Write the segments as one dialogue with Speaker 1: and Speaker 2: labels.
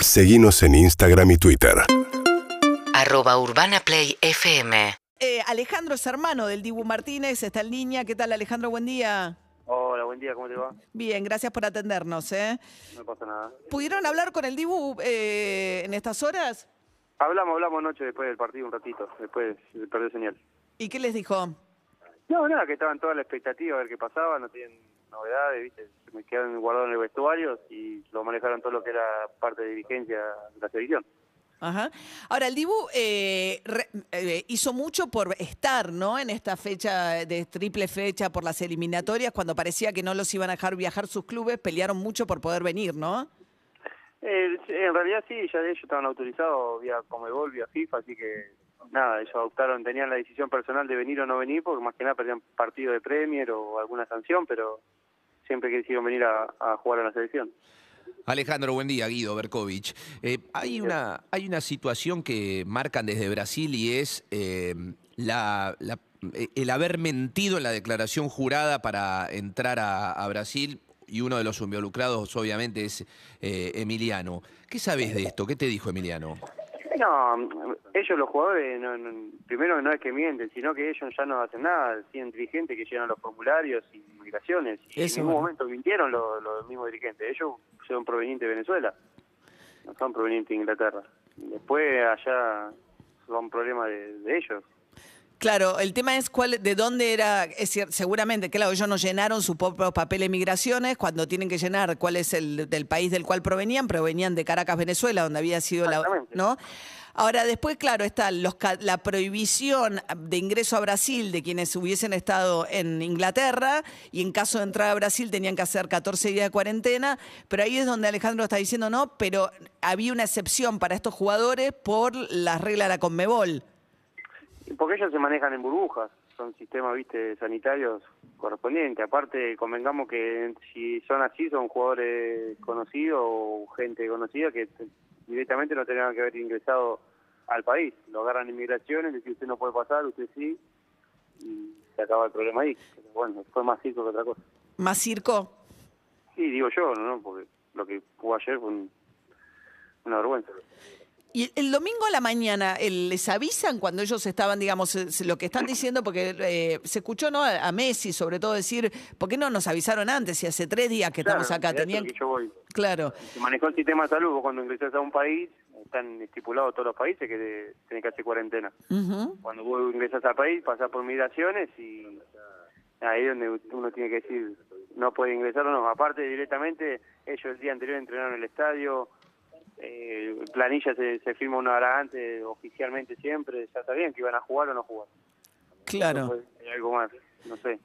Speaker 1: Seguimos en Instagram y Twitter.
Speaker 2: Arroba Urbana Play FM.
Speaker 3: Eh, Alejandro es hermano del Dibu Martínez, está en línea. ¿Qué tal, Alejandro? Buen día.
Speaker 4: Hola, buen día, ¿cómo te va?
Speaker 3: Bien, gracias por atendernos. ¿eh?
Speaker 4: No pasa nada.
Speaker 3: ¿Pudieron hablar con el Dibu eh, en estas horas?
Speaker 4: Hablamos, hablamos anoche después del partido un ratito, después perdió señal.
Speaker 3: ¿Y qué les dijo?
Speaker 4: No, nada, que estaban toda la expectativa a ver qué pasaba, no tienen novedades, ¿viste? Se me quedaron guardados en el vestuario y lo manejaron todo lo que era parte de dirigencia de la selección.
Speaker 3: Ajá. Ahora, el Dibu eh, re- eh, hizo mucho por estar, ¿no? En esta fecha de triple fecha por las eliminatorias, cuando parecía que no los iban a dejar viajar sus clubes, pelearon mucho por poder venir, ¿no?
Speaker 4: Eh, en realidad sí, ya de ellos estaban autorizados vía Comebol, vía FIFA, así que nada, ellos adoptaron, tenían la decisión personal de venir o no venir, porque más que nada perdían partido de Premier o alguna sanción, pero siempre quisieron venir a, a jugar a la selección.
Speaker 5: Alejandro, buen día, Guido Berkovich. Eh, hay, una, hay una situación que marcan desde Brasil y es eh, la- la- eh, el haber mentido en la declaración jurada para entrar a, a Brasil y uno de los involucrados obviamente es eh, Emiliano. ¿Qué sabes de esto? ¿Qué te dijo Emiliano?
Speaker 4: No, ellos los jugadores, no, no- primero no es que mienten, sino que ellos ya no hacen nada, tienen dirigentes que llenan los formularios y migraciones, y
Speaker 3: Eso,
Speaker 4: en ningún
Speaker 3: bueno.
Speaker 4: momento mintieron los, los mismos dirigentes, ellos son provenientes de Venezuela, no son provenientes de Inglaterra. Después allá son problemas de, de ellos.
Speaker 3: Claro, el tema es cuál, de dónde era, es cier- seguramente, claro, ellos no llenaron su propio papel de migraciones, cuando tienen que llenar cuál es el del país del cual provenían, provenían de Caracas, Venezuela, donde había sido la...
Speaker 4: Exactamente.
Speaker 3: ¿no? Ahora, después, claro, está los ca- la prohibición de ingreso a Brasil de quienes hubiesen estado en Inglaterra y en caso de entrar a Brasil tenían que hacer 14 días de cuarentena, pero ahí es donde Alejandro está diciendo no, pero había una excepción para estos jugadores por las reglas de la Conmebol.
Speaker 4: Porque ellos se manejan en burbujas, son sistemas, viste, sanitarios correspondientes. Aparte, convengamos que si son así, son jugadores conocidos o gente conocida que t- directamente no tenían que haber ingresado al país. Lo agarran en migraciones, dicen usted no puede pasar, usted sí, y se acaba el problema ahí. Pero bueno, fue más circo que otra cosa.
Speaker 3: Más circo.
Speaker 4: Sí, digo yo, ¿no? Porque lo que jugó ayer fue un- una vergüenza.
Speaker 3: Y el domingo a la mañana, el- ¿les avisan cuando ellos estaban, digamos, es lo que están diciendo? Porque eh, se escuchó ¿no? a a Messi, sobre todo, decir, ¿por qué no nos avisaron antes? Si hace tres días que estamos
Speaker 4: Claro,
Speaker 3: acá,
Speaker 4: mirá esto
Speaker 3: tenían...
Speaker 4: que yo voy.
Speaker 3: Claro,
Speaker 4: Se manejó el sistema de salud. Vos cuando ingresás a un país, están estipulados todos los países que te- tenés que hacer cuarentena.
Speaker 3: Ujú.
Speaker 4: Cuando vos ingresás al país, pasás por migraciones y ahí es donde uno tiene que decir, no puede ingresar o no. Aparte, directamente, ellos el día anterior entrenaron en el estadio, eh, planilla se, se firma una hora antes, oficialmente siempre, ya sabían que iban a jugar o no jugar.
Speaker 3: claro.
Speaker 4: Fue algo más, no sé.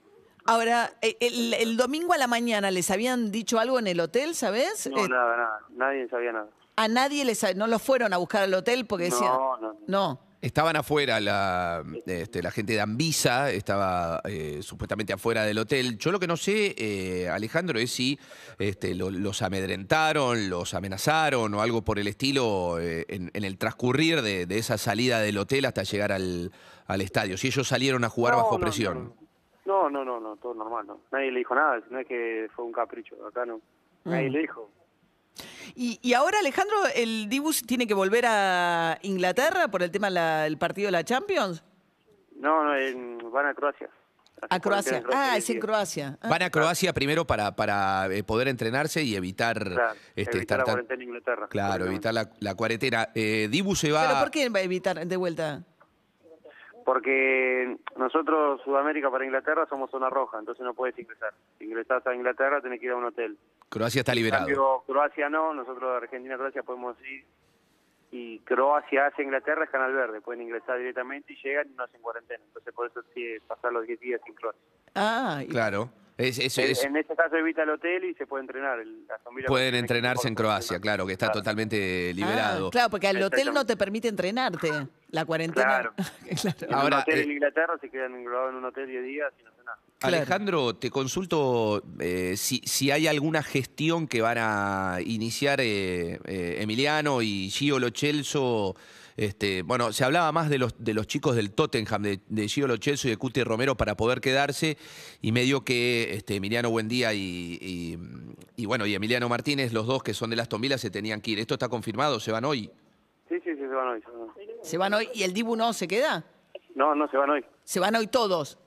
Speaker 3: Ahora, eh, el, el domingo a la mañana, ¿les habían dicho algo en el hotel, sabes? Eh,
Speaker 4: No, nada, nada, nadie sabía nada.
Speaker 3: a nadie les... ha- No los fueron a buscar al hotel porque decían...
Speaker 4: No, no, no.
Speaker 3: No.
Speaker 5: Estaban afuera la, este, la gente de Anvisa, estaba eh, supuestamente afuera del hotel. Yo lo que no sé, eh, Alejandro, es si este, lo- los amedrentaron, los amenazaron o algo por el estilo eh, en, en el transcurrir de, de esa salida del hotel hasta llegar al, al estadio. Si ellos salieron a jugar
Speaker 4: No,
Speaker 5: bajo
Speaker 4: no,
Speaker 5: presión.
Speaker 4: No, no, no, no, todo normal, no. Nadie le dijo nada, no es que fue un capricho, acá no. Nadie le dijo.
Speaker 3: Y, y ahora, Alejandro, ¿el Dibus tiene que volver a Inglaterra por el tema del partido de la Champions?
Speaker 4: No, no, en- van a Croacia.
Speaker 3: A Croacia. Ah, es en
Speaker 4: Croacia.
Speaker 3: Croacia. Ah.
Speaker 5: Van a Croacia primero para, para eh, poder entrenarse y evitar,
Speaker 4: Claro,
Speaker 5: este,
Speaker 4: evitar
Speaker 5: estar
Speaker 4: la
Speaker 5: tan-
Speaker 4: cuarentena en Inglaterra.
Speaker 5: Claro,
Speaker 4: Obviamente.
Speaker 5: evitar la, la cuarentena. Eh, Dibu se va.
Speaker 3: ¿Pero por qué va a evitar de vuelta?
Speaker 4: Porque nosotros, Sudamérica para Inglaterra, somos zona roja, entonces no puedes ingresar. Si ingresás a Inglaterra, tenés que ir a un hotel.
Speaker 5: Croacia está
Speaker 4: En
Speaker 5: liberado.
Speaker 4: cambio, Croacia no, nosotros de Argentina a Croacia podemos ir. Y Croacia hacia Inglaterra es Canal Verde, pueden ingresar directamente y llegan y no hacen cuarentena. Entonces, por eso sí, pasar los 10 días sin Croacia.
Speaker 3: Ah, y-
Speaker 5: Claro. Es, es-
Speaker 4: En-
Speaker 5: es-
Speaker 4: en este caso evita el hotel y se puede entrenar. El, la Aston Villa
Speaker 5: pueden
Speaker 4: tiene equipo
Speaker 5: entrenarse en Croacia,
Speaker 4: profesional.
Speaker 5: claro, que está totalmente liberado.
Speaker 3: Ah, claro, porque al hotel no
Speaker 4: Exactamente.
Speaker 3: te permite entrenarte. La cuarentena.
Speaker 4: Claro.
Speaker 3: Claro.
Speaker 4: En
Speaker 5: Ahora,
Speaker 4: un hotel
Speaker 5: eh,
Speaker 4: en Inglaterra se quedan englobados en un hotel 10 días y no hacen nada.
Speaker 3: claro.
Speaker 5: Alejandro, te consulto eh, si, si hay alguna gestión que van a iniciar eh, eh, Emiliano y Gio Lochelso Este, bueno, se hablaba más de los, de los chicos del Tottenham, de, de Gio Lo Celso y de Cuti Romero para poder quedarse. Y medio que este, Emiliano Buendía y, y, y, bueno, y Emiliano Martínez, los dos que son de las Tombilas, se tenían que ir. Esto está confirmado, se van hoy.
Speaker 4: Sí, sí, sí, se van hoy. se van hoy.
Speaker 3: ¿Se van hoy y el Dibu no se queda?
Speaker 4: No, no se van hoy.
Speaker 3: ¿Se van hoy todos?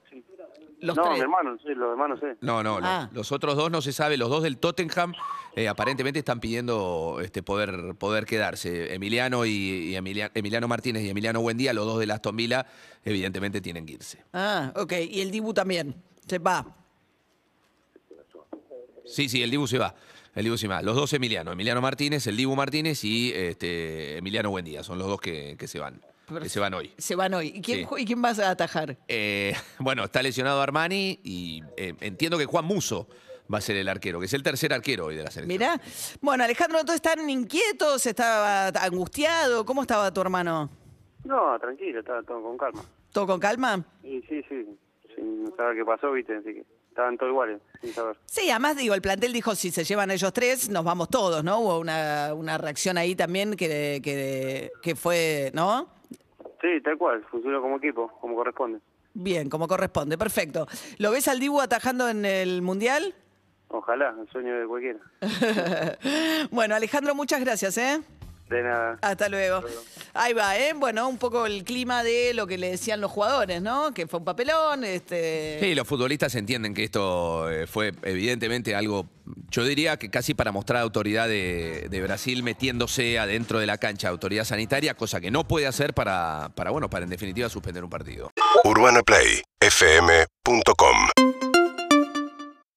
Speaker 3: Los
Speaker 4: no,
Speaker 3: tres.
Speaker 4: mi hermano, sí, los hermanos, sí.
Speaker 5: No, no, lo-
Speaker 3: Ah.
Speaker 5: los, otros dos no se sabe, los dos del Tottenham eh, aparentemente están pidiendo este, poder, poder quedarse. Emiliano y, y Emilia- Emiliano Martínez y Emiliano Buendía, los dos del Aston Villa, evidentemente tienen que irse.
Speaker 3: Ah, ok. Y el Dibu también. Se va.
Speaker 5: Sí, sí, el Dibu se va. El Dibu se va. Los dos Emiliano, Emiliano Martínez, el Dibu Martínez y este, Emiliano Buendía, son los dos que, que se van, que se van hoy.
Speaker 3: Se van hoy. ¿Y quién,
Speaker 5: Sí.
Speaker 3: ju- ¿y quién vas a atajar?
Speaker 5: Eh, bueno, está lesionado Armani y eh, entiendo que Juan Muso va a ser el arquero, que es el tercer arquero hoy de la selección.
Speaker 3: Mirá. Bueno, Alejandro, ¿todos están inquietos? ¿Estaba angustiado? ¿Cómo estaba tu hermano?
Speaker 4: No, tranquilo, estaba todo con calma.
Speaker 3: ¿Todo con calma?
Speaker 4: Y sí, sí, sin saber qué pasó, viste, así que estaban todos iguales, sin saber.
Speaker 3: Sí, además digo, el plantel dijo, si se llevan ellos tres, nos vamos todos, ¿no? Hubo una, una reacción ahí también que, que, que fue, ¿no?
Speaker 4: Sí, tal cual, funcionó como equipo, como corresponde.
Speaker 3: Bien, como corresponde, perfecto. ¿Lo ves al Dibu atajando en el Mundial?
Speaker 4: Ojalá, el sueño de cualquiera.
Speaker 3: bueno, Alejandro, muchas gracias, ¿eh?
Speaker 4: De nada.
Speaker 3: Hasta luego. Ahí va, ¿eh? Bueno, un poco el clima de lo que le decían los jugadores, ¿no? Que fue un papelón, este...
Speaker 5: Sí, los futbolistas entienden que esto eh, fue evidentemente algo, yo diría que casi para mostrar autoridad de, de Brasil metiéndose adentro de la cancha, autoridad sanitaria, cosa que no puede hacer para, para bueno, para en definitiva suspender un partido.
Speaker 1: UrbanaPlayFM.com